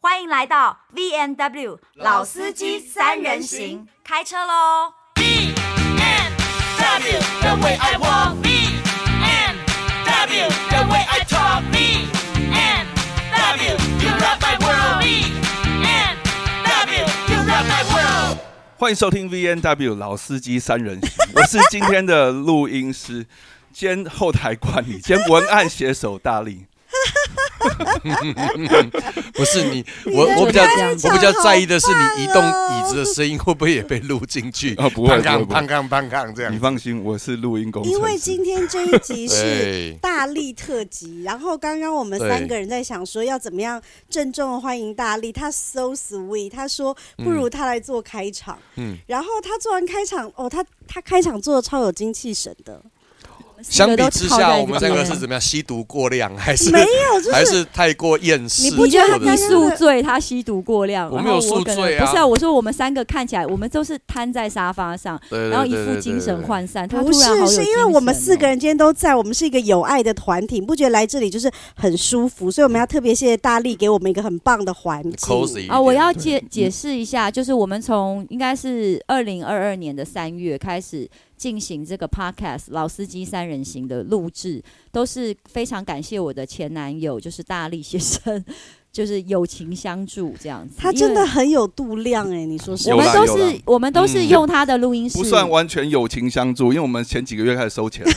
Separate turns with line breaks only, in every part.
欢迎来到 V N W 老司机三人行，开车喽！
W, the way I walk. B and W, the way I talk. B and W, you rock my world. B and W, you rock my world.
欢迎收听 V N W 老司机三人行，我是今天的录音师 兼后台管理兼文案写手大力。
不是你，我我比较我比较在意的是你移动椅子的声音会不会也被录进去？
哦不会不会
砰砰
不会
砰砰砰砰这
你
样。
放心，我是录音工程师。
因为今天这一集 是
对
大力特辑，然后刚刚我们三个人在想说要怎么样郑重的欢迎大力，他 so sweet，他说不如他来做开场，嗯，然后他做完开场，哦，他他开场做的超有精气神的，
相比之下，我们
这
三个是怎么样？吸毒过量还是
没有，就
还
是
是太过厌世？
你不觉得他
或者
你
是
刚刚
宿醉，他吸毒过量，
我
然
没有
后
宿
可能
醉啊
不是啊，我说我们三个看起来，我们都是瘫在沙发上，
对对
然后一
对
副
对
精
对
神
对
涣散。他
不
突然好
是
有
是
精
因为
嗯
我们
神
四
哦
个人今天都在，我们是一个有爱的团体，你不觉得来这里就是很舒服，所以我们要特别谢谢大力给我们一个很棒的环境
cozy 一。
啊，我
点
要解解释一下，就是我们从应该是二零二二年的三月开始进行这个 podcast《老司机三人行》的录制，都是非常感谢我的前男友，就是大力先生， 就是友情相助这样子。
他
因
真的
为
很有度量哎、你说是
我
有
不
们
是？
啦
都
有啦
是我们都是
嗯
用他的录音室，
不算完全友情相助，因为我们前几个月开始收 钱了，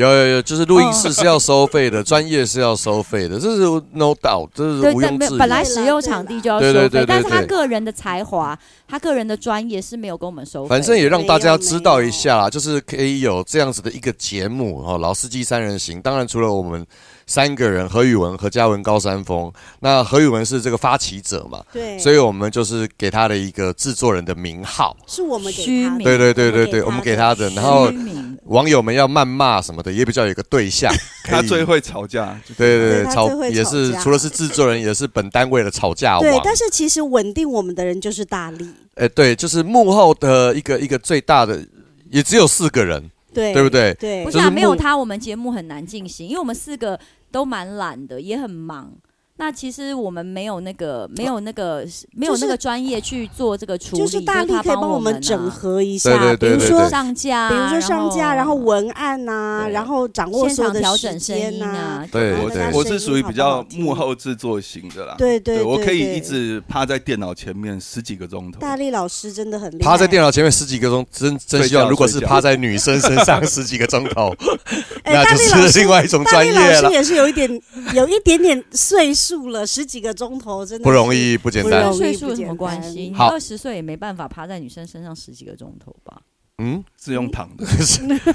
有有有，就是录音室是要收费的，专业是要收费的，这是 no doubt，这是
对，
毋
但
庸
没
置
有
疑。
本来使用场地就要
对啦
收
对
费
对，
但
对
是他
对
个人的才华，他个人的专业是没有跟我们收费的。
反正也让大
没
家
有
知道一下啦，就是可以有这样子的一个节目哦，《老司机三人行》。当然，除了我们三个人何宇文、何嘉文、高山峰，那何宇文是这个发起者嘛，
对，
所以我们就是给他的一个制作人的名号。
是我们给
虚
他的
名
对对对对对，我
我
们
们
给
给他
他的
的，
然后
虚名
网友们要谩骂什么的，也比较有一个对 象。
他
可以
最会吵架。
对对
对
对，
他
吵
最会
也
吵
是
架
除了是制作人，也是本单位的吵架
对
王，。
但是其实稳定我们的人就是大力，
哎，对，就是幕后的一个一个最大的，也只有四个人，
对
对不对？
对
不、
就是
啊、没有
目
他，我们节目很难进行，因为我们四个都蛮懒的，也很忙。那其实我们没有那个，没有那个，没有那个专业去做这个处理，
就是大力
他
可以帮
我
我
们
们
啊
整，合一
对对
下，比
对
如
对
说
对
上架啊，
比如说上架，然后文案呐，
对
然后掌握
现
所有
场
的
调
时
整声
间
音
呐，
啊，
对
然后
对
大家
对
我是属于比较
声音好不
幕
好听。
后制作型的啦。
对对对
我可以
对
一直趴在电脑前面十几个钟头。
大力老师真的很厉害，
趴在电脑前面十几个钟，真真希望如果是趴在女生身 上十几个钟头，
哎，
那
大
就
力老
是
师
另外一种
大
专
力
业
老师
了，
也是有一点有一点点岁数了，十几个钟头真的
不容
是。
易，不简
不
单
跟
容。易
岁数有什
不
么
简
关
单
系？你
好
二十岁也没办法趴在女生身上十几个钟头吧？
嗯，
是用躺的。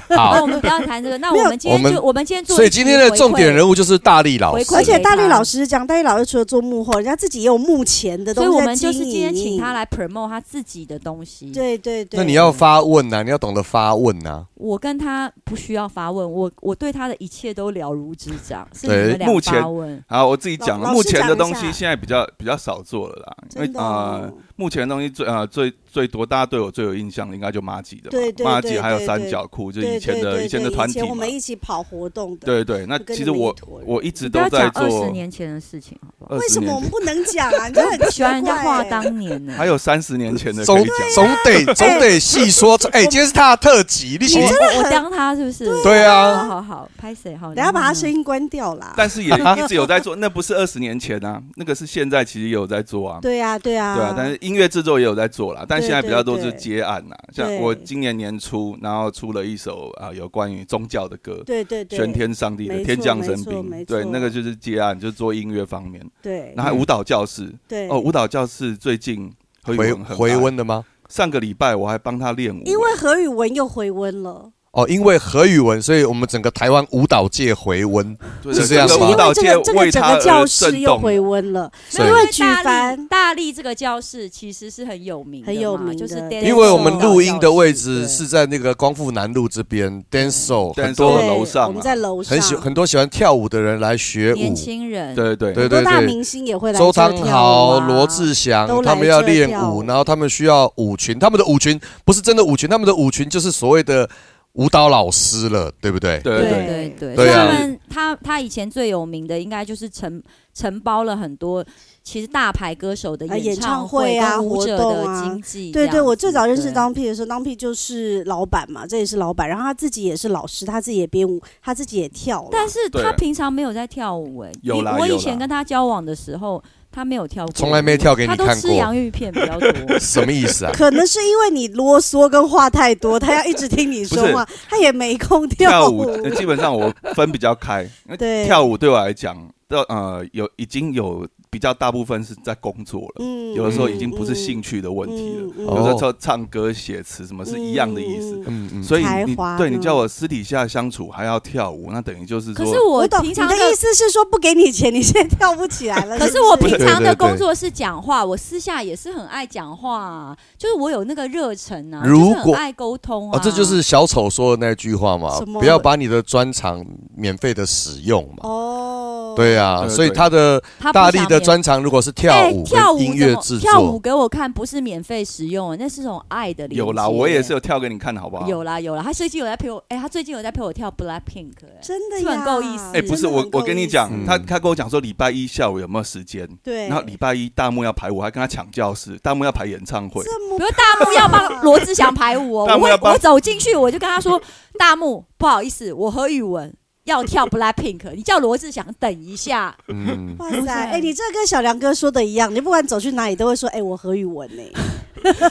那
好
我。们不要谈这个，那
没有
我们今
我
天
们
就我们今天做一
所以
期
今天的
回
重点
馈
人物就是大力老
回
师，
馈
而且大
给
力
他
老师讲，大力老师除了做幕后，人家自己也有幕前的东
所
西
以
在
我们就是今天
经营
请他来 promote 他自己的东西。，
对对对，
那你要发问啊呐、你要懂得发问啊呐、
我跟他不需要发问，我我对他的一切都了如指掌，是你
对
们
目
俩
前
发问。
好，我自己讲了，
老
目
老师
前
讲
的
一
东
下
西现在比较比较少做了啦，因为
真的
呃
哦，
目前的东西最呃最最多，大家对我最有印象的应该就马吉的嘛，
对对
马
对
吉还有
对
三
对
角裤，就
对
以前
对
的
对
以前
对
的团体
我
嘛
们。一起跑活动的。
对对，那
就跟
其
你
实
们一
我
坨人
我一直
你不
都
要
在
讲二十
做，
年前的事情，好不好？
20
为什么
年
我们不能讲 啊？你真的很
喜欢人家话
奇怪欸
当年呢、
还有三十年前的可
总
以讲，
总
哎
得总得细说。哎、今天是他的特辑，你
我
行？
我我当他是不是？
对啊
好好好，拍谁好？
等下把他声
音。
音关掉啦。
但是也一直有在做，那不是二十年前啊，那个是现在其实也有在做啊。
对啊，对啊，
对啊，但是音乐制作也有在做啦，但
对
现在比较多
对
是
对
接案呐。像
对
我今年年初，然后出了一首啊、呃有关于宗教的歌，
对对对，
玄天上帝的
没
天
错
降
没
神
错
兵
没，
对，那个
错
就是接案，就是做音乐方面。
对
然后还舞蹈教室，
对
哦，舞蹈教室最近何宇
回
文很
回
爱，
温的吗？
上个礼拜我还帮他练舞，
因为何宇文又回温 了，
哦，因为何宇文，所以我们整个台湾舞蹈界回温，
对
是
对
这样
整个
吗
舞
因
蹈
为
界
这个这个
为
整
他
个教
而
室
震
又
动。
回温了，
没
所
有
因
以
大
为
力
举凡
大力这个教室其实是很有名的嘛，
很有名的
就是
因为我们录音的位
dance
置
hall
是在那个光复南路这边，dance hall
对
很
都
多
在楼上啊
对我们在楼上，
很喜很多喜欢跳舞的人来学
对年
舞，
轻人，
对对
对
很多大明星也会来
周
这
汤
跳
豪、
啊
罗志祥
都来
他们要练
这跳
舞，
舞
然后他们需要舞群，他们的舞群不是真的舞群，他们的舞群就是所谓的舞蹈老师了，对不对？
对
对
对
对对，
对
所以他
啊
们他他以前最有名的应该就是承承包了很多其实大牌歌手的
呃演
唱
唱会啊
跟舞者
活
的
动啊
经纪这
对
样子。
对，我最早认识
对
Don P 的时候，Don P 就是老板嘛，这也是老板，然后他自己也是老师，他自己也编舞，他自己也跳啦。
但是他
对
平常没有在跳舞哎、
有
你
啦
我
有
以
啦
前跟他交往的时候，他没有跳过舞，
从来没跳给
他
你
都
看
吃
过，
洋芋片比较 多。
什么意 思啊？
可能是因为你啰嗦跟话太多，他要一直听 你说话，他也没空
跳
舞
舞。呃基本上我分比较开，因为
对，
跳舞对我来讲，的呃有已经有比较大部分是在工作了，
嗯
有的时候已经不是兴趣的问题了。
嗯嗯
有的时候
哦
唱唱歌、写词什么是一样的意思。
嗯嗯，
所以
哦才
你
华
对你
呢
叫我私底下相处还要跳舞，那等于就是
可
说，
是
我
我
懂
平
你
常
的意思是说不给你钱，你现在跳不起
呃
来了。
可
是
是我
不
平
是
对
常
对
的
对
工作是讲话，我私下也是很爱讲话、啊，就是我有那个热忱啊，
如
就是很
果
爱沟通啊、
哦，这就是小丑说的那句话嘛
什，么
不要把你的专长免费的使用嘛。
哦，
对啊，
对对
所以他的
他不
大
想
力的
免
专长如果是跳
哎
舞、
跳舞
音
怎
乐
么
制
跳舞
作，
给我看不是免费使用啊，那是种爱的连
有啦，
接
我也是有跳给你看，好不
啊
好？
有啦有啦，他最近有在陪我，哎，他最近有在陪我跳哎 Black Pink，
真的
是不是
呀，
很够意思
哎、不是
啊真的
我
很，够
我跟你
意思
讲，
思
他
嗯
他跟我讲说礼拜一下午有没有时间，
对，
然后礼拜一大幕要排舞，我还跟他抢教室，大幕要排演唱会，
这
比
么
如大木要帮罗志祥排舞哦，
大
我
木
会
要帮
我走进去我就跟他说，大木不好意思，我和宇文要跳 Black Pink，你叫罗志祥等一下，
嗯，
哇
不是
塞，哎，你这跟小梁哥说的一样，你不管走去哪里都会说，哎，我何宇文 呢？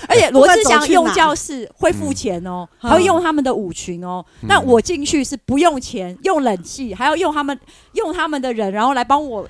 而且哎罗志
哎不管走
祥
去哪嗯
用教室会付钱哦，还会用他们的舞裙哦。那我进去是不用钱，用冷气，还要用他们用他们的人，然后来帮 我把。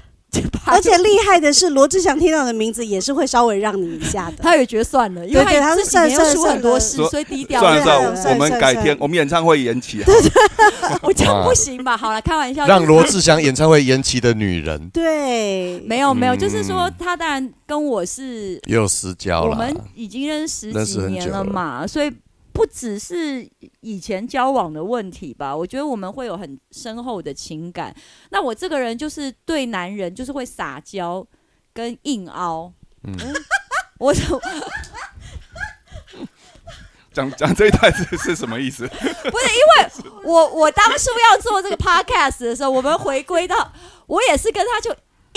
而且厉害的是，罗志祥听到你的名字也是会稍微让你一下的。
他也觉得算了，因为
对对
他
他
自
是
己没有
算
出
算
很多
了
事，
说
所以低调。
算了
对啊
算了，
算
我
了
们
算了
改
算
天，
了
我们演唱会延期好了，
我这样
哇
不行吧？好了，开玩笑。
让
就是
罗志祥演唱会延期的女人
对，
没有没有，
嗯
就是说他当然跟我是，
也有私交
我
啦。
们已经认识
认
十几
识很
年
久
了嘛，所以不只是以前交往的问题吧。我觉得我们会有很深厚的情感。那我这个人就是对男人就是会撒娇跟硬凹。
嗯
我
讲讲这一段是是什么意思？
我我当初要做这个 podcast 的时候，我们回归到我也是跟他就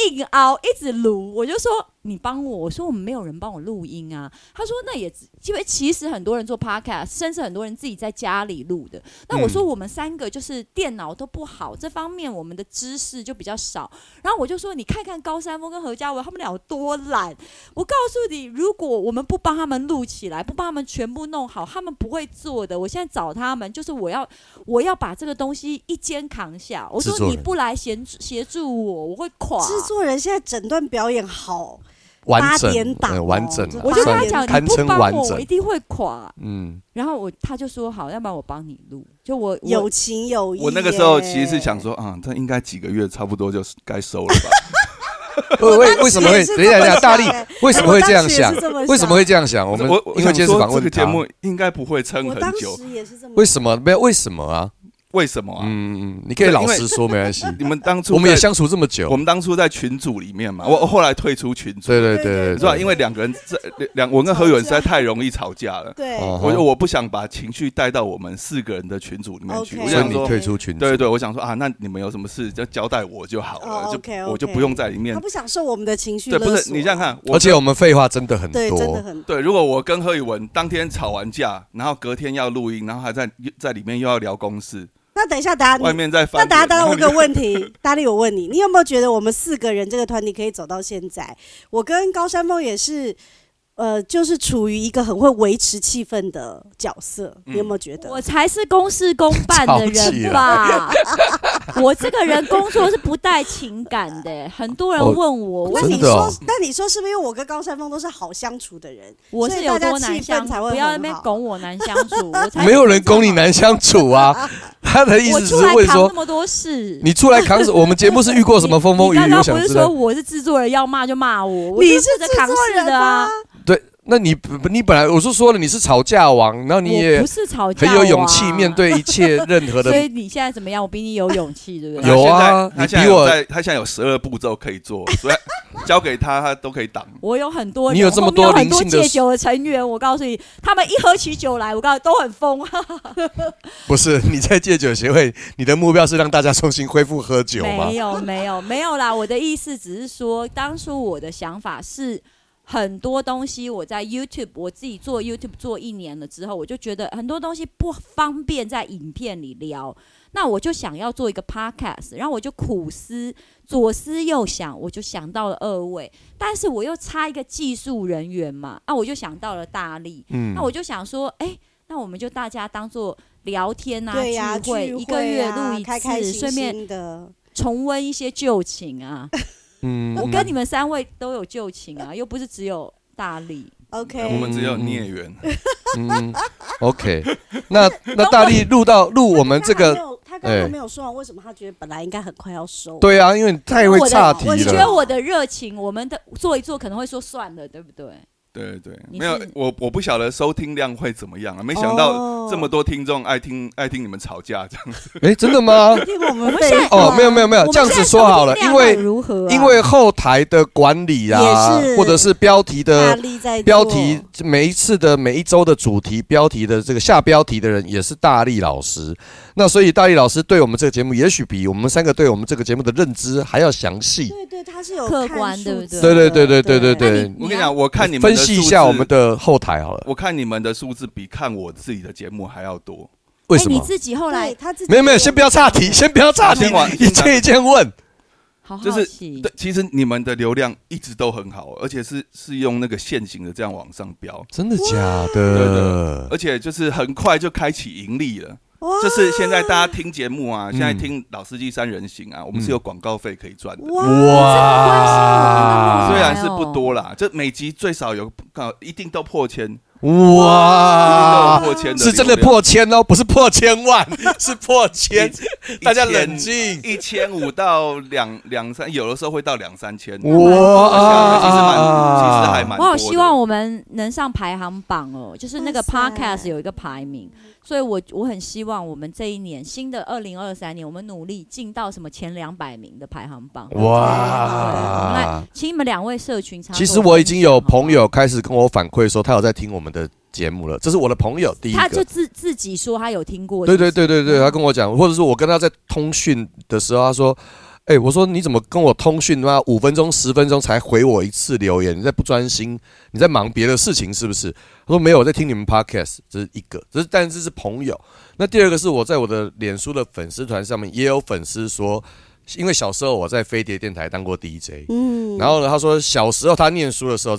硬凹，一直撸，我就说你帮我，我说我们没有人帮我录音啊。他说那也只因为其实很多人做 podcast，甚至很多人自己在家里录的。那我说我们三个就是电脑都不好，这方面我们的知识就比较少。然后我就说你看看高山峰跟何嘉文他们俩有多懒。我告诉你，如果我们不帮他们录起来，不帮他们全部弄好，他们不会做的。我现在找他们，就是我要我要把这个东西一肩扛下。我
制
说
作
你
人
不来协助协助我，我会垮。
制作人现在整段表演好，
完
八点
整，
档哦
嗯完整
这
啊，
我就跟他
八
讲，
点
档
你不
堪称
帮
完
我，
整
我一定会垮。
嗯，
然后我他就说好，要不然我帮你录。就我我
有情有义耶。
我那个时候其实是想说，啊，他应该几个月差不多就是该收了吧。
为为为
当时
什么会
也是？这
等一下等一
么
下，
想
大力
哎
为什么会这样想
我当时也是这么？想
为什么会这样 想？我
我
们
我
因为今
想
天是
说
访
这个
问
节
他，
目应该不会撑
我
很
当
久，
时也是这么
为
想
什么没有？为什么啊？
为什么啊？
嗯嗯，你可以老实说，没关系。
你们当初
我们也
在
相处这么久
我，们当初在群组里面嘛，我我后来退出群组，
对对
对
对对
对
对，
是吧？因为两个人这两我跟何远实在太容易吵架了。
对，
哦
我就我不想把情绪带到我们四个人的群组里面去，
OK
我
所以
想
你
说，
退出群组，
对对对，我想说啊，那你们有什么事就交代我就好了，
哦
就
OK，OK
我就不用在里面
他。不享受我们的情绪
对，
勒索。啊
不是你想想看，我
而且我们废话真的很
对，真的
多，
很
对，如果我跟何宇文当天吵完架，然后隔天要录音，然后还在在里面又要聊公事，
那等一下，答
外
你。
面在翻
啊那
脸，
达达，
然后
我有
你
个问题， 达利，我问你，你有没有觉得我们四个人这个团体可以走到现在？我跟高山峰也是，呃，就是处于一个很会维持气氛的角色，
嗯
你有没有觉得？
我才是公事公办的
吵起
人
来
吧？ 我这个人工作是不带情感的，很多人
哦
问我，我
那
真
你
的
说，
哦
那你说是不是因为我跟高山峰都是好相处的人？
我
所
是
以
有
大家
多难
气氛
相
才
处，
会
不要在那
很
边
好
拱我难相处，我 才
没有人供你难相 处啊。他的意
我
思只
出
是
来
会
扛
说
那，么多事。
你出来扛什，我们节目是遇过什么风风雨
你
雨？
刚
我
刚
想
不是
知
说
道。
我是制作人要骂就骂我，我
你
就是负责
制
扛
作
事
人
的啊
吗？
对，那你你本来我是说了，你是吵架王，然后你
我
也
不是吵架，啊
很有勇气面。对一切任何的
所以你现在怎么样？我比你有勇气，对不对？
他
有
现在
啊
他
你
现在
比
有
我
在他现在有十二步骤可以做，所以 交给他，他都可以挡。
我有很多人，
你有这么
后面
多
有很
灵
多
性的
戒酒的成员，我告诉你，他们一喝起酒来，我告诉你都很疯。
不是你在戒酒协会，你的目标是让大家重新恢复喝酒吗
没？有，没有，没有啦。我的意思只是说，当初我的想法是，很多东西我在 YouTube，我自己做 YouTube 做一年了之后，我就觉得很多东西不方便在影片里聊。那我就想要做一个 podcast，然后我就苦思左思右想，我就想到了二位，但是我又差一个技术人员嘛，啊，我就想到了大力，
嗯
那我就想说，哎、那我们就大家当做聊天啊，
对呀、
聚会，
聚
一个月
啊
录一次，
开开心
顺便
心的。
重温一些旧情啊。
嗯
我跟你们三位都有旧情啊，又不是只有大力。
OK，
我们只有孽缘，
嗯，OK，那那大力录到录我们这
他还没
个，
有啊他刚
哎
刚没有说完，啊为什么他觉得本来应该很快要收？
对啊，因为你太会岔题
我的我觉
了
得。我的热情，我们的做一做可能会说算了，对不对？
对对，
你
没有
是
我我不晓得收听量会怎么样啊，没想到
哦
这么多听众爱听爱听你们吵架这样子。
哎，真的吗？
听我们
现在
哦，没有没有没有
我，们
这样
现
子
在
说好了，
收听
因
量
为
如何啊、
因为后台的管理啊
也，是
或者是标题
大
的
力在做
呃标题，每一次的每一周的主题标题的这个下标题的人也是大力老师。那所以大力老师对我们这个节目，也许比我们三个对我们这个节目的认知还要详细。
对对，他是有
客
看
观
数
对不对
字
对
的
对对对对对对，
我跟你讲，我看你们
分
的
析
数
一下
字
我们，的后台好了，
我看你们的数字比看我自己的节目还要多。
为什
哎你
么？
自己后
对
来
他自己
没有没有，先不要岔题，先不要岔题
先往，
一件一件问。
好好
就是
奇，
对，其实你们的流量一直都很好，而且是是用那个线型的这样往上飙，
真的假
对
的？
而且就是很快就开启盈利了。
啊
哇
就是现在大家听节目啊，现在
嗯
听《老司机三人行》啊，我们
嗯
是有广告费可以赚的，
哇
哇
虽然
哎
是
呦
不多啦，这每集最少有搞一定都破千，
哇
都有破千的流量，
是真的破千哦，不是破千万，是破千。大家冷静。
一千五到两两三，有的时候会到两三千，啊
哇
其实蛮其实还蛮
我
多的。
好希望我们能上排行榜哦，就是那个
哇塞
podcast 有一个排名，所以我我很希望我们这一年新的二零二三年，我们努力进到什么前两百名的排行榜。对我们来
哇！
请你们两位社群常。
其实我已经有朋，友开始跟我反馈说，他有在听我们的节目了。这是我的朋友，第一
他就
个。
自自己说他有听过。
对对对对对，他跟我讲，或者是我跟他在通讯的时候，他说：“哎，我说你怎么跟我通讯啊？五分钟、十分钟才回我一次留言，你在不专心，你在忙别的事情是不是？”他说：“没有，我在听你们 podcast。”这是一个，这是但是是朋友。那第二个是我在我的脸书的粉丝团上面也有粉丝说，因为小时候我在飞碟电台当过 DJ，
嗯
然后呢，他说小时候他念书的时候，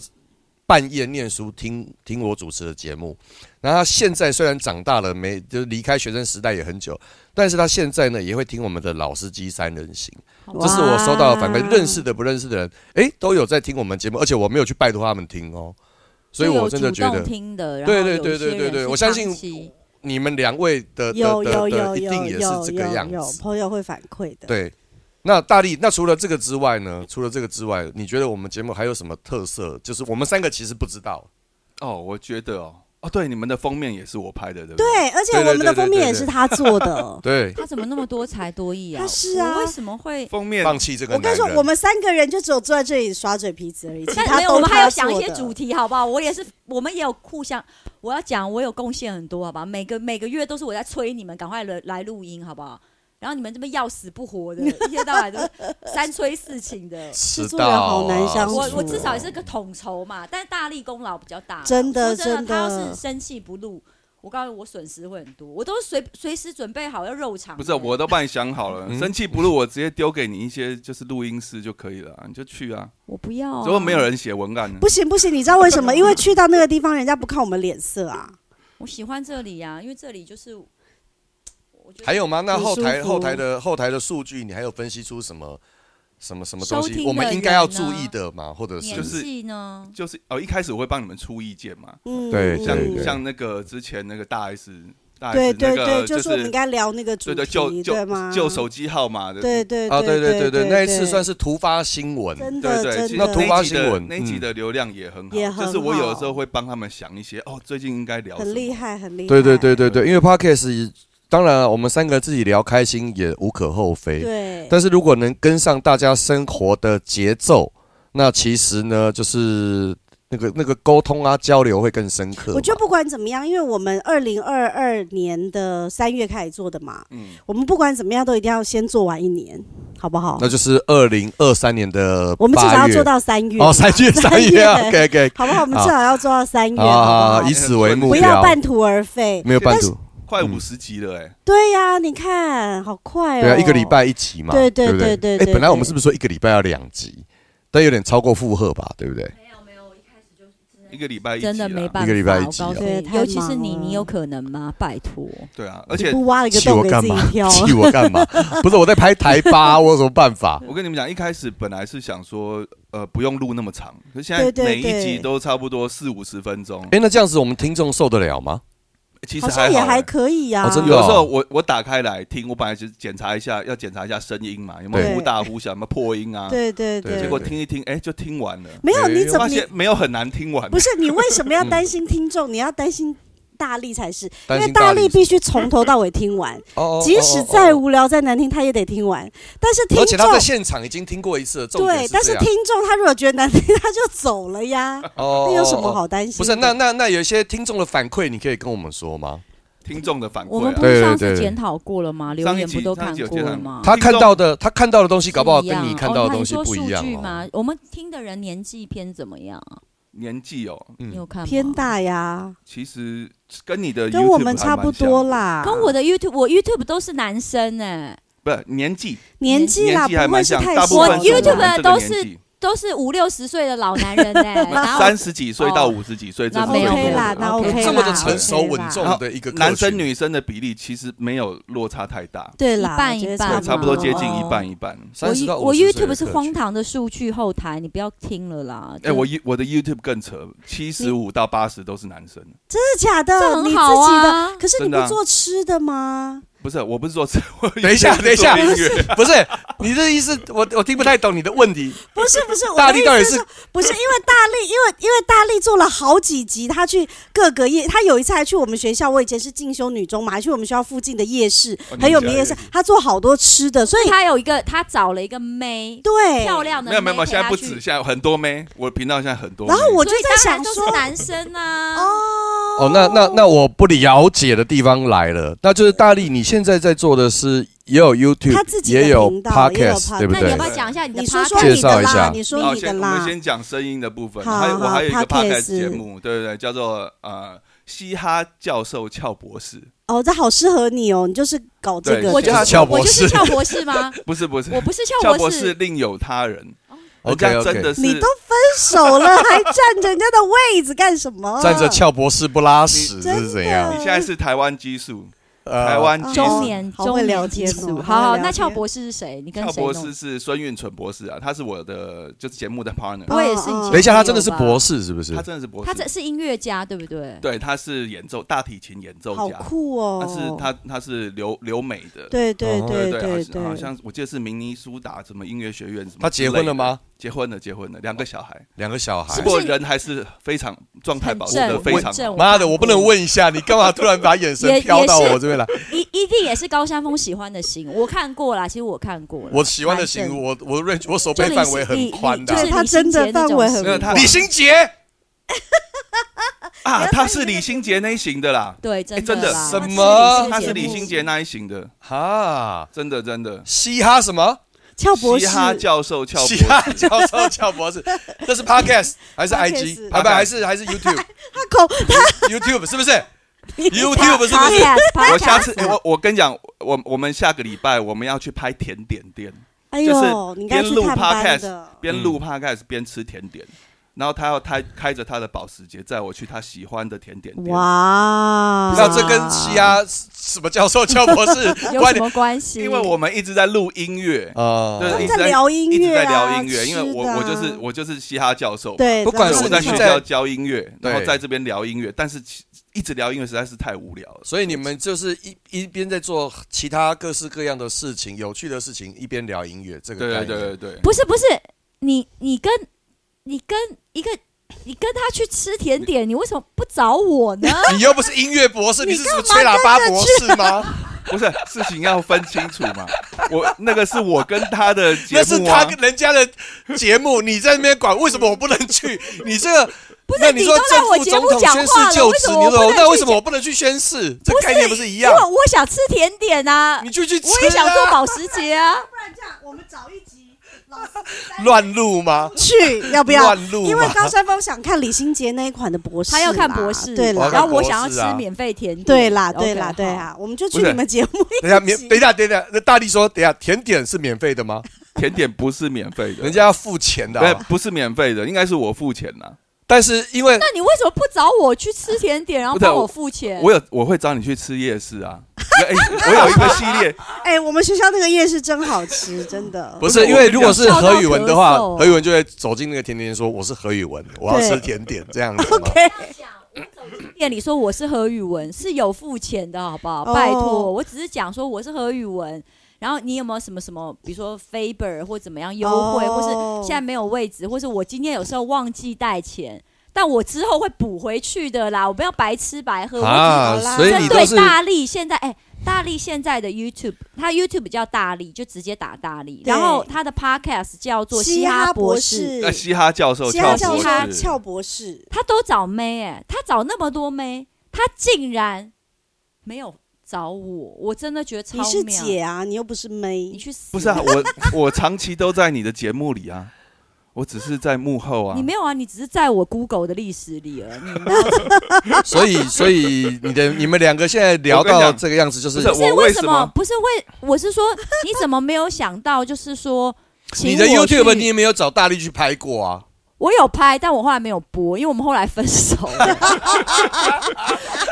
半夜念书听听我主持的节目。然后他现在虽然长大了，没就是离开学生时代也很久，但是他现在呢也会听我们的《老司机三人行》，这是我收到的反馈，
哇
认识的不认识的人，诶，都有在听我们节目，而且我没有去拜托他们听哦，所以我真的
就
觉
有主
得
动听的，然后
对对对
有一些
对对对
人是
我相信
长期
你们两位的的
有
的
有
的
有
一定
有
也
有
是这个样
有有
子，
朋友会反馈的。
对。那大力，那除了这个之外呢？除了这个之外，你觉得我们节目还有什么特色？就是我们三个其实不知道，
哦，我觉得哦，哦，对，你们的封面也是我拍的，对不对？
对，而且
对对
我们的
对对
封面
对
也
对。
是他做的
对，
他怎么那么多才多艺啊？
他是啊
我为什么会？
封面
放 弃这个
我跟
男
你
人。
说，我们三个人就只有坐在这里耍嘴皮子而已，其
但
他
没有，
都
我们还
他
要想一
做
些
的
主题，好不好？我也是，我们也有互相，我要讲，我有贡献很多，好吧？每个每个月都是我在催你们赶快来来录音，好不好？然后你们这么要死不活的，一天到晚 都三催四请的。
迟
制
到
作人好难相处啊
我
当初
我至少也是个统筹嘛，但是大力功劳比较大啦。
真的
说真
真
他要
的
是生气不录，我告诉你，我损失会很多。我都随随时准备好要肉偿的。
不是，啊我都帮你想好
嗯
了，生气不录，我直接丢给你一些就是录音师就可以了啊，你就去啊。
我不
哦
要、啊。
如果没有，人写文案呢
不？行不行，你知道为什么？因为去到那个地方，人家不看我们脸色啊。
我喜欢这里啊呀、因为这里就是我觉得
还有吗？那
很
后台
舒服
后台的后台的数据，你还有分析出什么什么什么东
收
西？
听的
我们应该要
人啊
注
呢
意的嘛，或者
年
是
是
纪呢？
就是哦，一开始我会帮你们出意见嘛，
嗯，
对
嗯
像
对
像那个之前那个大 S，大
对
S 那
对
个
对，
就
就是我们应该聊那个主
对
题，
对旧
吗
旧？旧手机号码的，
对对
啊，对
对
对对，那一次算
是
是突发新闻，
真
对
的
对，
真
那突
的
发新闻嗯
那一集的那一集的流量也很好，
也很好
就是我有的时候会帮他们想一些哦，最近应该聊什么
很厉，害，很厉害。
对对对对对，因为 podcast 当然了我们三个自己聊开心也无可厚非，
对，
但是如果能跟上大家生活的节奏，那其实呢，就是那个那个沟通啊、交流会更深刻嘛。
我觉得不管怎么样，因为我们二零二二年的三月开始做的嘛，
嗯
我们不管怎么样都一定要先做完一年，好不好
那？就是二零二三年的
我们至少
8
要
月
做到三月，
哦，三月 三
三
月啊
月
，OK OK，
好不好？我们至少要做到三月，好
啊，
不
以
好？
此为目
不
标，
要半途而废。
没有半途，
快五十集了哎，
对呀，你看好快哦，
对啊，一个礼拜一集嘛，
对对
对不
对对对
哎，本来我们
对
是不是说一个礼拜要两集？但有点超过负荷吧，对不对？
嗯
一个礼拜一集啦
真的没办法，
一个礼拜一
我
集啊
告诉
对
你，
太
尤其是
忙
你，
了
你有可能吗？拜托，
对啊，而
你
且
不挖了一个
气我
洞给
干
自己啊
嘛？
跳，
气我干嘛？不是我在拍台八，我有什么办法？
我跟你们讲，一开始本来是想说，呃，不用录那么长，可是现
对
在
对
每一
对
集都差不多四五十分钟，
哎，那这样子我们听众受得了吗？
其实
好
还
像也
好、
还
欸。
可以啊呀
哦。真
有
的哦
的时候我我打开来听，我本来是检查一下，要检查一下声音嘛，有没有
对
忽大忽小，有没有破音啊？
对对对，
结果听一听，哎、就听完了，
没有
哎
你怎么
发
你
现没有很难听完。
不是你为什 么要
嗯
担心听众？你要担心大力才是，因
担
为
心
大
大
力
力
必须从头到尾听完，
哦，哦
即使再
哦哦
无聊再难听，他也得听完。但是听
而且他在
众
现场已经听过一次了，重点
对，但
这
是
样
听众他如果觉得难听，他就走了呀，
哦
那有什么？
哦哦
好担心的？
不是，那那那有一些听众的反馈，你可以跟我们说吗？
听众的反
我们
馈、
不
啊，
对
是
对
上
对
次
对
检讨过了吗？留
上一
言不
集
都
上一
看
集有
过
介
了
绍
吗？
他看到的，他看到的东西，搞不好
一样
跟你看到的东西
哦
不一
那
样
你说数据
哦。
吗？我们听的人年纪偏怎么样啊？
年纪哦，
你有看吗
偏，大呀，
其实跟你的
跟
YouTube
我们
还
差
蛮
不
像
多
的，
啦，
跟我的 YouTube，我 YouTube 都是男生哎，
不是年纪，
年纪啦，
年纪还
不会
蛮
是
像，
太
大部
我
小
分
了
是我们
YouTube
这个
都
年
是
纪
都是五六十岁的老男人 哎，然后
三十几岁到五十几岁，这
那
是
没有
最
OK
多
啦，
的
那
有
OK 啦，
这么的成熟
OK 啦
稳重的一个客群
男生女生的比例其实没有落差太大，
对啦，
一半
我觉得
一半
对，
嘛
差不多接近一
哦
半一半。
我
30到
You- 我
50岁的
YouTube 是
客
荒
群
唐的数据后台，你不要听了啦。
哎、
这
我 You- 我的 YouTube 更扯，七十五到八十都是男生。
真的假
这
的？你
很
自
好
己的，
啊。
可是你
真
不
的啊
做吃的吗？
不是，我不是说吃。我
等一下
是
等一下
做音乐
不是你这意思，我我听不太懂你的问题。
不是不是，我
大
的
力
意
到底
思
是
说，不是因为大力，因为因为大力做了好几集，他去各个夜，他有一次还去我们学校，我以前是进修女中嘛，还去我们学校附近的夜市
哦，你
很有
们
名
家
夜市
夜市，
他做好多吃的，所以
他有一个，他找了一个妹，
对，
漂亮的
没有没有没
妹
有，
陪
现在
他
不
去
止，现在很多妹，我频道现在很多妹。
然后
我
我就在想说，
男生啊，
哦
哦，那那那我不了解的地方来了，那就是大力，你现在在做的是也有 YouTube，
他自己的
也有
频道也有
Podcast，
podcast
对不
那你
对
要不？要讲一下你的
你说说
podcast？
介
你的
绍一
啦
下，
你说
好，
你的
先我们
啦，
先讲声音的部分。
好
还有我
好
还有一个
podcast
podcast 节目，对对对，叫做呃嘻哈教授俏博士，
哦，这好适合你哦，你就是搞这
对
个
我
的
就
就是是俏
我
博
就
士
是，俏博士 吗？
不是不是，
我不是
俏
俏
博士
士，
另有他人，人
OK
家真
OK，
的是
你都分手了，还占着人家的位置干什
哦
么？
站着俏博士不拉屎
你
是怎样
你？现在是台湾激素，
呃
台湾
哦
激
中
素。
年
好
中
会聊
年
天
激
哦
素。
好会
好好，
聊
那俏
天
博士是谁？你跟
俏
谁
博
弄？
士是孙运纯博士啊，他是我的就是节目的 partner，
我也是以
哦哦
前。
等一下，他真的是博
士，
士是不是
他？真的是博士，
他这是音乐家，对不对？
对，他是演奏大提琴演奏
好
家，
酷哦！
他是他他是留留美的，
对对
哦
对
对好
对
像好
对，
像我记得是明尼苏达什么音乐学院什么。
他结婚了吗？？
结婚了，结婚了，两个小孩，
两个小孩
不。过人还是非常状态
很
保持
正，
的非
很
常
正
好。
妈的，
看
我不
过
能问一下，你干嘛突然把眼神
也
飘到
也是
我这边来？
一一定也是高山峰喜欢的型，我看过啦，其实我看过了。
我喜欢的
蛮正
型，我我 range 我手
就
背
李
范围
心
很
李
宽
就
的啊。
是
对他
李心
真的
洁那种
范围很
型
没有他
李心洁
啊，他是李心洁那一型的啦，
对，真
真的
啦
哎什么
他是
节
李
目
心洁那一型的，
哈，
真的真的。
嘻哈什么？
俏博
嘻
士，
哈教授俏博
嘻
士，
哈教授俏博士，这是 podcast 还是
Podcast
IG？啊不，还是还 是 YouTube？YouTube
口
是不是？
不
YouTube 是不是？
是
我下次哎我我跟你讲，我我们下个礼拜我们要去拍甜点店，
哎
就
呦，
是
你应该去探班
边录
的。嗯
边录 podcast 边吃甜点，然后他要开开着他的保时捷载我去他喜欢的甜点店。
哇！
那这跟嘻哈什么教授俏博士
有什
关联？
么关系？
因为我们一直在录音乐，
啊
对
他们
一直
在
在
聊音
一直
乐
在
啊，
聊音乐，因为我
吃的啊
我就是我就是嘻哈教授嘛，
对，
不管
这
所
样
以
是
子
我在
你
学
在
校教音乐，然后
对
在这边聊音乐，但是其一直聊音乐实在是太无聊了。
所以你们就是一一边在做其他各式各样的事情，有趣的事情，一边聊音乐，这个
对
概念。
对对对对，
不是不是，你你跟你跟一个你跟他去吃甜点，你为什么不找我呢？
你又不是音乐博士，你是什么吹喇叭博士吗？
不是事情要分清楚嘛。 我那个是我跟他的节目、
那
啊，
是他跟人家的节目，你在那边管，为什么我不能 去？你这个
不是
那你
你
说
都在
正
我
副
节
总
目
统
讲
宣
话
誓
了，
就
为
职，
什
你
么
说
我
那为
不
什
能
么
去
我不能去宣誓？这
不是
概念不是 一样
因？为我想吃甜点啊，
你就去吃、啊，
我也想做保时捷啊。
不然这样，我们找一集老司机三人
乱入吗？
去，要不要？
乱
啊
入吗
因为高山峰想看李心洁那一款的博士啦，
他要看博士，
对
我要
然
啦，
看
后我
博
想要
士啊
吃免费甜点，
对啦，
OK，
对啦，
好
对啊，我们就去
不是
你们节目一起。
等一下免，等一下，等一下，那大力说，等一下，甜点是免费的吗？
甜点不是免费 的，
人家要付钱的、
对
啊，
不是免费的，应该是我付钱呐。
但是因为
那你为什么不找我去吃甜点，然后
不是啊
帮我付钱？
我有我会找你去吃夜市啊， 哎、我有一个系列，
哎，我们学校那个夜市真好吃，真的。
不
是
是因为如果
我
是
跟你讲
何宇文的话
笑到咳，嗽
何宇文就会走进那个甜甜说我是何宇文，我要吃甜点这样子嘛。
OK，
店里说我是何宇文，是有付钱的好不好？
哦
拜托，我只是讲说我是何宇文。然后你有没有什么什么，比如说 Faber 或怎么样优惠，
哦
或是现在没有位置，或是我今天有时候忘记带钱，但我之后会补回去的啦，我不要白吃白喝。
啊
我只是
所以你都
针
是
对大力现在，哎、大力现在的 YouTube，他 YouTube 叫大力，就直接打大力，
对
然后他的 Podcast 叫做
嘻
哈
哈
博
博
士，
士
那、，嘻哈教授
嘻哈
俏
教
博
授
士，
俏博士，
他都找妹哎、他找那么多妹，他竟然没有找我，我真的觉得超
你
妙。
是姐啊，你又不是
你
妹，
去死！
不 是啊，我我长期都在你的节目里啊，我只是在幕后啊
你。没有啊，你只是在我 Google 的历史里而已。你
所以，所以你的你们两个现在聊
我跟你
到
讲
这个样子，就是
不是
不是
我为
什
什么
不是为？我是说，你怎么没有想到？就是说，请
你的
我去
YouTube 你也没有找大力去拍过啊。
我有拍，但我后来没有播，因为我们后来分手 了。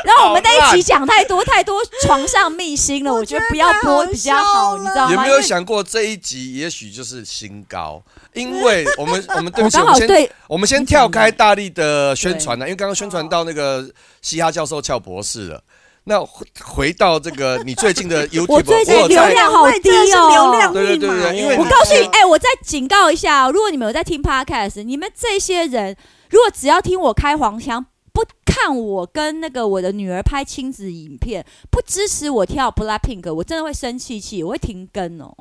然后我们那一集讲太多太多床上秘辛了，我觉得不要播比较好，你知道吗？
有没有
因为
想过这一集也许就是新高？因为我 们我们对不
我
起，
刚
我们
好
先
对
我们先跳开大力的宣传啊呢，因为刚刚宣传到那个嘻哈教授俏博士了。那回回到这个你最近 的 YouTube，
我最近
有
流
在
量好低
这是
哦
流量
对对
密
对
码
对因为
耶。
你
我告诉你，哎、我再警告一下哦、如果你们有在听 podcast，你们这些人如果只要听我开黄腔，不看我跟那个我的女儿拍亲子影片，不支持我跳 BLACKPINK，我真的会生气气，我会停更哦。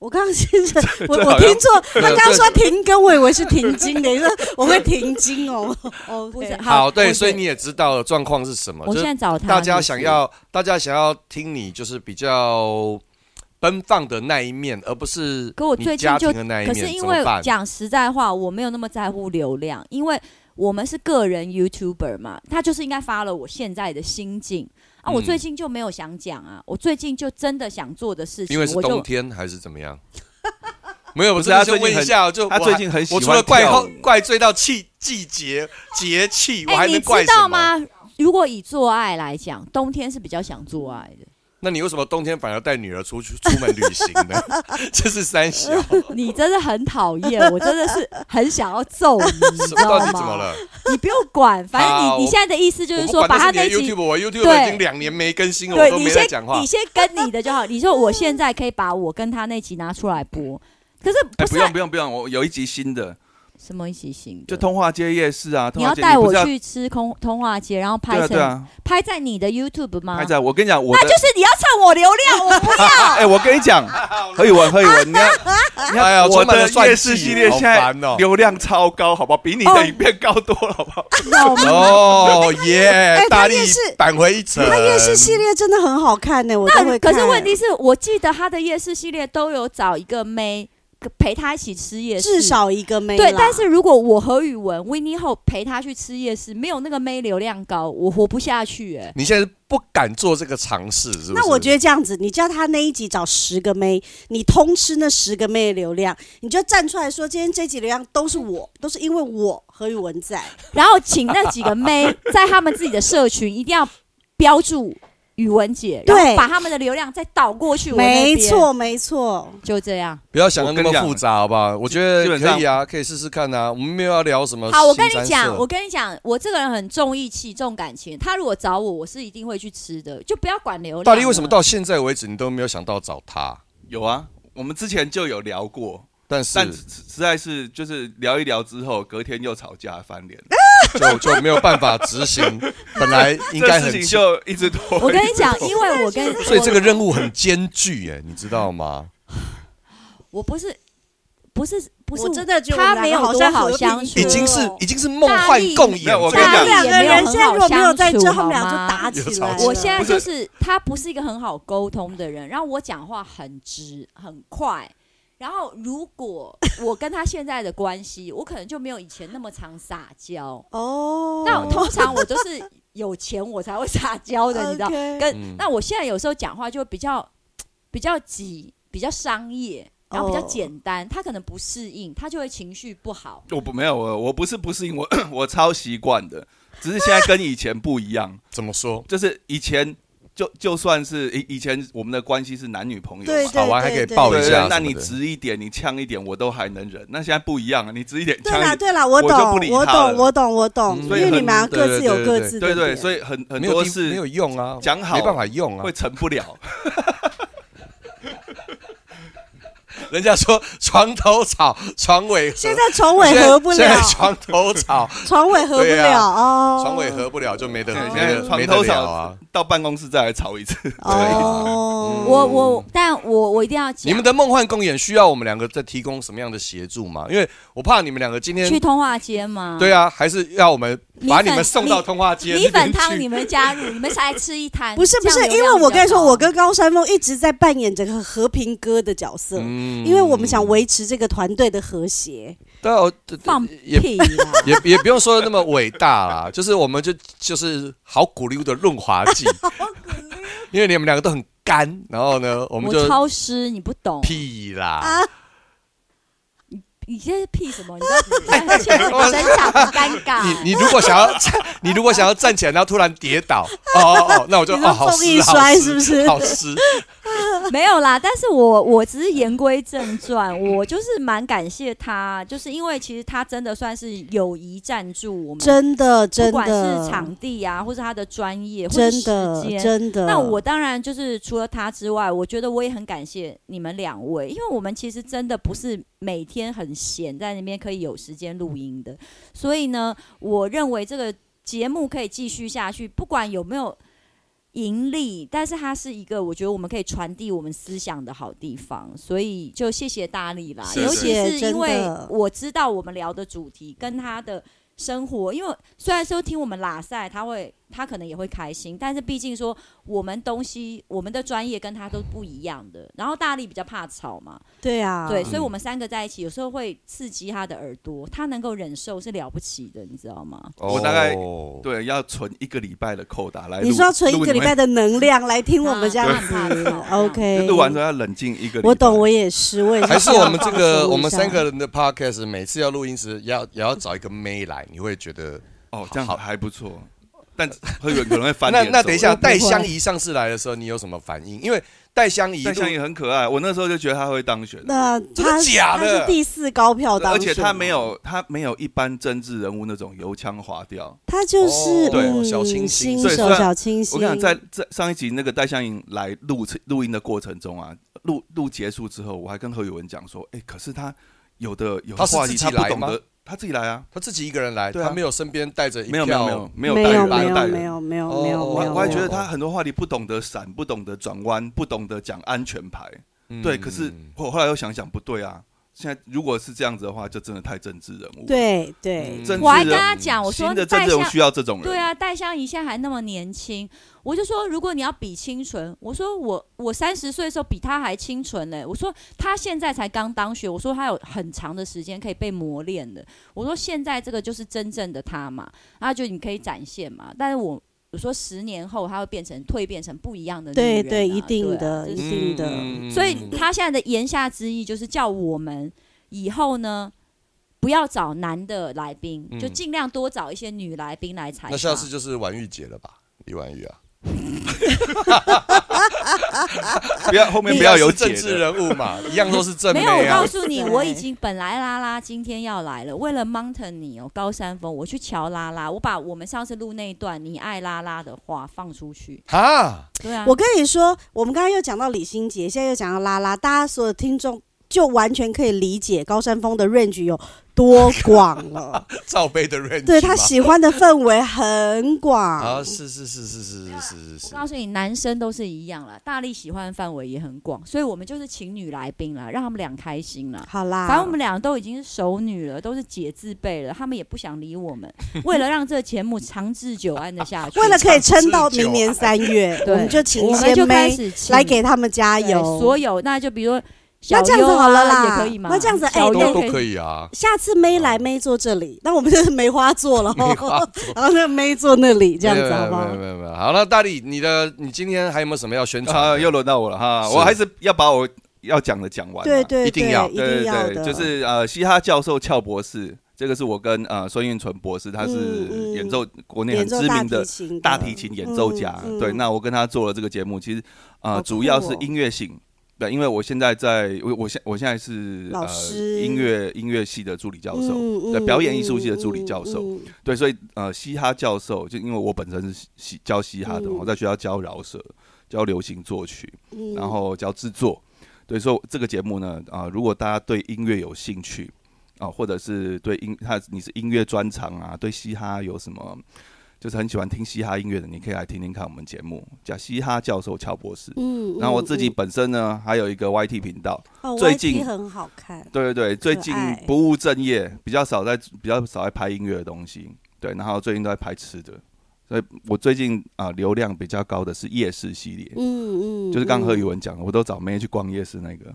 我刚刚先 生，我我
这好像
听错，他刚
这
刚说停更，我以为是停经的，你说我会停经 哦。哦，
不是，
好对，
我
所以你也知道了状况是什么，
我
就
现
是
在找他，
大家
就是
想要大家想要听你就是比较奔放的那一面，而不是
可我
你
最近
家庭
就
的那一
可
面，
是因
怎
为
么办
讲实在话，我没有那么在乎流量，因为我们是个人 YouTuber 嘛，他就是应该发了我现在的心境啊。我
嗯
最近就没有想讲啊，我最近就真的想做的事情，
因为是
我就
冬天还是怎么样？ 没有，不
是他最近
问一
很
下，就
他
我
最
还
近很喜
我
欢
除了怪
跳
后
舞
怪罪到气季节节气，我还
哎你
能
知
怪
道
什么？
吗？如果以做爱来讲，冬天是比较想做爱 的。
那你为什么冬天反而带女儿出去出门旅行呢？ 这是三小，
你真的很讨厌，我真的是很想要揍 你，你知
什么
道
到底怎
吗？
么了？
你不用管，反正
好
你你现在的意思就是
我不
说，
管
把他
是
那
你的
集
YouTube，我 YouTube
对
已经两年没更新了，我
对
都
你
没在
先
讲话
你。先跟你的就好。你说我现在可以把我跟他那集拿出来播，可是
哎、
不
不
是啊、
用不用不用，我有一集新的，
什么一起行的
就通化街夜市啊。
你
通
要
化街
带
不
我
是要
去吃空通化街，然后拍
对啊
成、
对啊，
拍在你的 YouTube 吗？
拍在我跟你讲，我
那
的
就是你要蹭我流量，我不要。
哎、我跟你 讲，何以文何以文，你看你
哎呀
看我
充满了
的
算计
夜市系列现
好
在
烦哦
流量超高，好不好？比你
哦
的影片高多了，好不好？
那我们
哦耶
哎！
大
他
力
也是
扳回一城。
他夜市系列真的很好看呢，我都
那
会
可
看。
是问题是我记得他的夜市系列都有找一个妹陪他一起吃夜市，
至少一个妹啦
对。但是如果我和宇文、w i n n i e 后陪他去吃夜市，没有那个妹流量高，我活不下去哎、
你现在不敢做这个尝试，是不是？
那我觉得这样子，你叫他那一集找十个妹，你通吃那十个妹的流量，你就站出来说，今天这集流量都是我，都是因为我何宇文在。
然后请那几个妹在他们自己的社群一定要标注宇文姐，然
对
后把他们的流量再导过去我那边
没，错，没错。
就这样。
不要想的那
我
么
跟你讲
复杂，好不好？我觉得
基本上
可以啊，可以试试看啊。我们没有要聊什么。
好，我跟你讲，我跟你讲，我这个人很重义气、重感情。他如果找我，我是一定会去吃的，就不要管流量了。啊
大力为什么到现在为止你都没有想到找他？
有啊，我们之前就有聊过，
但是
但实实在是就是聊一聊之后，隔天又吵架翻脸。
就就没有办法执行，本来应 该
这
很
事情，就一直拖。
我跟你讲
一，直拖
因为我跟
所以这个任
务
务很艰巨哎，你知道
啊
吗？
我不是不是不是
我真的觉得我
他
们
没有
两个
多
好
好
像
相
和平
处，
已经是已经是梦幻共演
没有我跟你
大
讲
力
两
也
个
没有
人
很
现在
好
如果没有在
相
这，
处
他们俩就
好吗
打起来了。
我现在就
不
是他不是一个很好沟通的人，然后我讲话很直很快，然后如果我跟他现在的关系，我可能就没有以前那么常撒娇。
哦，
那我通常我都是有钱我才会撒娇的，你 知道？
OK
跟、
嗯
那我现在有时候讲话就比较比较急，比较商业，然后比较
哦
简单，他可能不适应，他就会情绪不好。
我不没有我我不是不适应，我我超习惯的，只是现在跟以前不一样，
怎么说？
就是以前就就算是以以前我们的关系是男女朋友嘛。
对
好玩还可以
对
抱
对
一
对
下什么
那
的，
你直一点，你呛一点，我都还能忍。那现在不一样啊了，你直一点，
对
呛一
啦
点，
对啦，我
我
懂
就不理
我
他了
懂我懂我懂，
嗯
因
所以
为你
很
们俩各
对
自
对
有
对
各
对
自的
对对，
点
所以很很
没有
多
地没有
事
用啊，
讲好
没办法用啊
会。成 不了。
人家说床头草，床尾和
现在床尾合不
现在
了
现，在床头草，
床尾合不
对
了
啊
哦，
床尾合不了就没得
对，现
没
在
得
床
没得
头
了
吵
啊。
到办公室再来吵一次。
哦，
嗯
我我，但我我一定要
嗯你
讲
们，的梦幻公演需要我们两个再提供什么样的协助吗？因为我怕你们两个今天
去通话间吗？
对啊，还是要我们把
米粉
你们送到
米
通话街
米
那边
粉汤
去
你们加入，你们才吃一摊。
不是不是
这，样
因
流
为
量
我
比较
跟你说，
高
我跟高山峰一直在扮演着个和平哥的角色，
嗯
因为我们想维持这个团队的和谐。
对啊，我
放
也
屁啦！
也也不用说的那么伟大啦，就是我们就就是好骨溜的润滑剂，因为你们两个都很干，然后呢，我们
我
就
超湿，你不懂，
屁啦，
啊
你这是屁什么？你在你在现在 生产很尴尬。
你你如果想要你如果想要站起来，然后突然跌倒，哦哦哦，那我就
你说
哦好
重力
湿好
摔
湿
是不是
好湿，
没有啦，但是我我只是言归正传，我就是蛮感谢他，就是因为其实他真的算是友谊赞助我们，
真的，
嗯不
真
管是
的
场，地啊，或是他的专业，或是
真
时
的，
间，
真的。
那我当然就是除了他之外，我觉得我也很感谢你们两位，因为我们其实真的不是每天很闲在那边可以有时间录音的，所以呢，我认为这个节目可以继续下去，不管有没有盈利，但是它是一个我觉得我们可以传递我们思想的好地方，所以就谢谢大力啦，
是
尤
是
其是
真
因为
的
我知道我们聊的主题跟他的。生活，因为虽然说听我们拉塞，他会他可能也会开心，但是毕竟说我们东西我们的专业跟他都不一样的。然后大力比较怕吵嘛，
对啊，
对，所以我们三个在一起有时候会刺激他的耳朵，他能够忍受是了不起的，你知道吗？
我大概
哦
对，要存一个礼拜的扣打来录。
你说要存一个礼拜
的，
的能量来听我啊们这样
他很
子
怕吵
，OK？
录完之后要冷静一个礼拜。
我懂，我也是， 我也
还是
希望
我们这
放松一
个
下
我们三个人的 podcast 每次要录音时，也要也要找一个妹来，你会觉得
哦，这样
好
还不错，但会有可能会翻
那
脸。
那等一下，
不会
戴香怡上次来的时候，你有什么反应？因为戴香怡
戴相也很可爱，我那时候就觉得他会当选。
那
真的
他是
假的
他是第四高票当
呃而
选，
且他没，有，他没有一般政治人物那种油腔滑调。
他就是
哦对
嗯
小清
新
新
手
对虽然
小清
我
新，
跟你讲，在在上一集那个戴相颖来录录音的过程中啊，录录结束之后，我还跟何宇文讲说，哎、可是他有的有的
他是
话
自
题
己
他不
来
懂
吗
得，他自己来啊，
他自己一个人来，
对啊
他没有身边带着一
没有没有没有没有
没
带
有
人，
没有
带
没
人。
有没有
哦
没有，
我
我
还
没有
我还觉得
没有
他很多话题不懂得闪，不懂得转弯，不懂得讲安全牌。
有
对，可是我后来又想想，不对啊。现在如果是这样子的话，就真的太政治人物。，
对啊对，
政
我还
治
跟
人
他讲，我说
新的政
戴
治人物
相
需要这种人。
对，啊，戴相宜现在还那么年轻，我就说如果你要比清纯，我说我我三十岁的时候比他还清纯嘞，我说他现在才刚当学，我说他有很长的时间可以被磨练的，我说现在这个就是真正的他嘛，然后就你可以展现嘛，但是我。我说十年后他会变成蜕变成不一样的女人、
对
啊，
对，一定
对啊
的，
这
一
嗯
是
定的。
所以他现在的言下之意就是叫我们以后呢，不要找男的来宾，
嗯
就尽量多找一些女来宾来采访。
那下次就是婉玉姐了吧？李婉玉啊，
不要后面不要有
一样
解
是政治
的。
人物嘛，一样都是正
没
妹
有，我
啊
告。诉 你，
对
我已经本来拉拉今天要来了，为了 Mountain 你哦，高山峰，我去瞧拉拉，我把我们上次录那一段你爱拉拉的话放出去。
哈，
对啊，
我跟你说，我们刚刚又讲到李心洁，现在又讲到拉拉，大家所有听众。就完全可以理解高山峰的 range 有多广了。
罩杯的 range，
对
吗
他喜欢的氛围很广
啊，。是是是是是是是是
我告诉你，男生都是一样啦，大力喜欢的范围也很广，所以我们就是请女来宾啦，让他们俩开心啦。
好啦，
反正我们俩都已经是熟女了，都是姐字辈了，他们也不想理我 们。为了让这个节目长治久安的下去，
为了可以撑到
长治久
明年三月，
啊 对
我们就请
我
一
们
些
就开
妹
始请
来给他们加
对
油。
所有，那就比如说小
那这样子
优啊
好了啦
也可以嘛。
那这样子哎
小
那
优
都
可
都
以
可以啊。
下次妹来妹坐这里，那我们就是梅花座 了，
梅花座
然后那个妹坐那里，这样
没
子
有
好不
没
好
有？没有没有。好了，大力，你的你今天还有没有什么要宣传的？
啊，
呃
又轮到我了哈，
是
我还是要把我要讲的讲完啊。
对对对，
一定要
一
对
定要
对
的，
对，就是呃，嘻哈教授俏博士，这个是我跟呃孙运纯博士，他
嗯
是
嗯
演奏国内
演
很
奏
知
大
名
提
的
琴的
大提琴演奏家。
嗯嗯
对，那我跟他做了这个节目，其实
好
呃，
酷
主要是
哦
音乐性。对，因为我现在在，我我现我现在是
老师
呃、音乐音乐系的助理教授，
嗯
对
嗯
表演艺术系的
嗯
助理教授，
嗯嗯
对，所以呃，嘻哈教授就因为我本身是嘻嘻教嘻哈的嘛，
嗯
我在学校教饶舌、教流行作曲，
嗯
然后教制作。对，所以这个节目呢，啊、如果大家对音乐有兴趣啊、或者是对音他你是音乐专长啊，对嘻哈有什么就是很喜欢听嘻哈音乐的，你可以来听听看我们节目，叫嘻哈教授乔博士。
嗯，
然后我自己
嗯
本身呢，还有一个 YT 频道，
嗯哦
最
YT
近
很好看，
对对对，最近
爱
不务正业，比较少在比较少在拍音乐的东西，对，然后最近都在拍吃的，所以我最近啊、流量比较高的是夜市系列，
嗯嗯，
就是刚
嗯
何宇文讲的，我都找妹去逛夜市那个，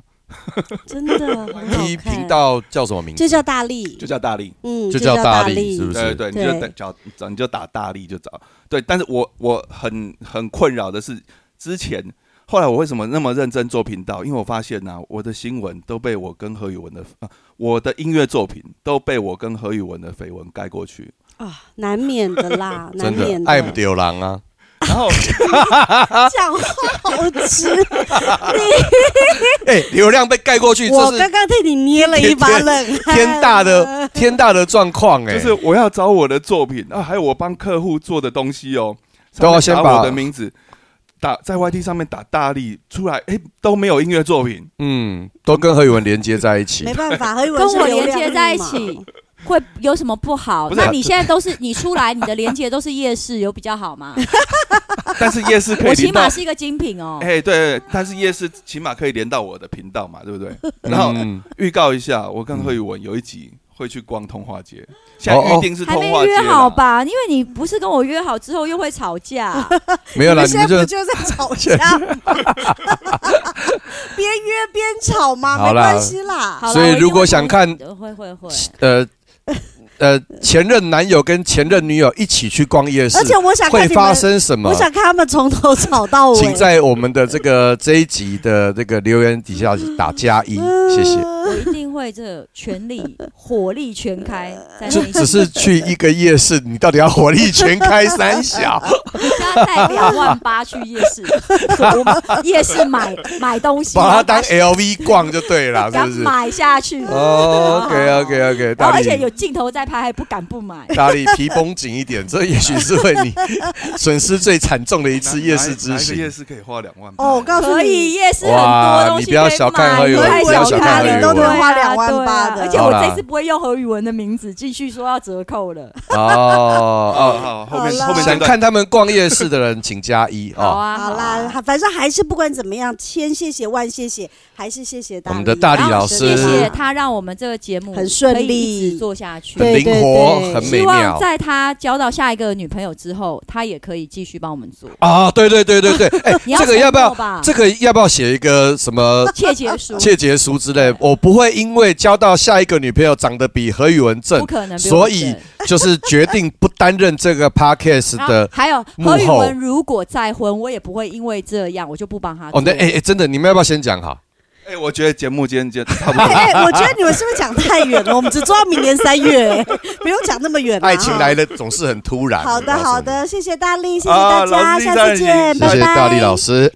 真的很好
第一
看
频道叫什么名字？
就叫大力，
就叫大力，
嗯
就
叫
叫大力
力，
是不是
对对，你就
对
找找你就打大力就找，对，但是我我很很困扰的是之前。后来我为什么那么认真做频道？因为我发现呢、我的新闻都被我跟何宇文的、啊我的音乐作品都被我跟何宇文的绯闻盖过 去。
啊，难免的啦，难
真的
免
爱不丢狼啊！
然后
啊
讲话好 直，
哎，流量被盖过去，
我
这
刚
是
刚替你捏了一把冷汗，
天 大的天大的状况
就。
哎
是我要找我的作品啊，还有我帮客户做的东西哦，
都要先
上面
把
打我的名字打在 YT 上面打大力出来，哎、都没有音乐作品，
嗯，都跟何宇文连接在一起
没。办法，和
跟我连接在一起，会有什么不好？
不是
那你现在都是你出来，你的连接都是夜市，有比较好吗？
但是夜市可
我
以
起
连到
码，是一个精品哦。
哎、对对，对但是夜市起码可以连到我的频道嘛，对不对？然后
嗯
预告一下，我跟贺宇文有一集会去逛通化街，
哦
现在预定是
哦还
通
没
化街
约
啦
好？吧？因为你不是跟我约好之后又会吵 架，
没有啦，你
现在
们
不
就
就在吵 架吗？边约边吵嘛，没
好啦
关系啦。
好啦
所以如果想看，
我一定会同意会会会，
呃呃前任男友跟前任女友一起去逛夜市
而，且我想看
会
你
发
们，
生什么
我？想看他们从头吵到尾。
请在我们的这个这一集的这个留言底下打加一，
嗯
谢谢。
我一定会这全 力火力全开在
呃
就
那一
只是去一个夜市，你到底要火力全开 三小？
家代 表万八去夜市，我们夜市买买东西，
把它当 LV 逛就 对了，
然
是
后
不是？
买下去。
哦，OK OK OK，
然后
大
而且
力
有镜头在拍，还不敢不买。
大力皮绷紧一点，这也许是为你损失最惨重的一次夜市之
哪一个夜
行。
市可以花两万八？
哦，我告诉
可以，
你，
夜市很多东西可以买
哇你不要小看何宇文
太
不要小看何宇文
了啊
都能花两万八的
对啊对啊而且我
好啦
这次不会用何宇文的名字继续说要折扣了。
哦
哦，
哦，
好，后面
好啦
后面
想
这段
看他们逛夜市的人，请加一
好
哦。
啊，
好
啊
啦，。反正还是不管怎么样，千谢谢万谢谢，还是谢谢大力
我们的大力老师
谢谢他让我们这个节目
很顺利
可以一直做下去。
对
很灵活，
对
很美
希
妙
望。在他交到下一个女朋友之后，他也可以继续帮我们 做。
啊，对对对对对，哎，
你要
这个要不
承诺吧
要？这个要不要写一个 什么
切结书，
切结书之类？我不会因为交到下一个女朋友长得比何宇文正
不，可能。
所以就是决定不担任这 个 podcast
然后
的。
还有
幕
何宇
后
文如果再婚，我也不会因为这样我就不帮他做。
哦，那哎哎，真的，你们要不要先讲哈？
哎、我觉得节目今天就差不多。
哎、哎我觉得你们是不是讲太远了？我们只做到明年三月、哎没有讲那么远、啊。
爱情来的总是很突然。
好的，
我告诉你
好，的，谢谢大力，谢谢大家，
啊老师
下
再
次
见
见，
谢谢
拜拜
大力老师。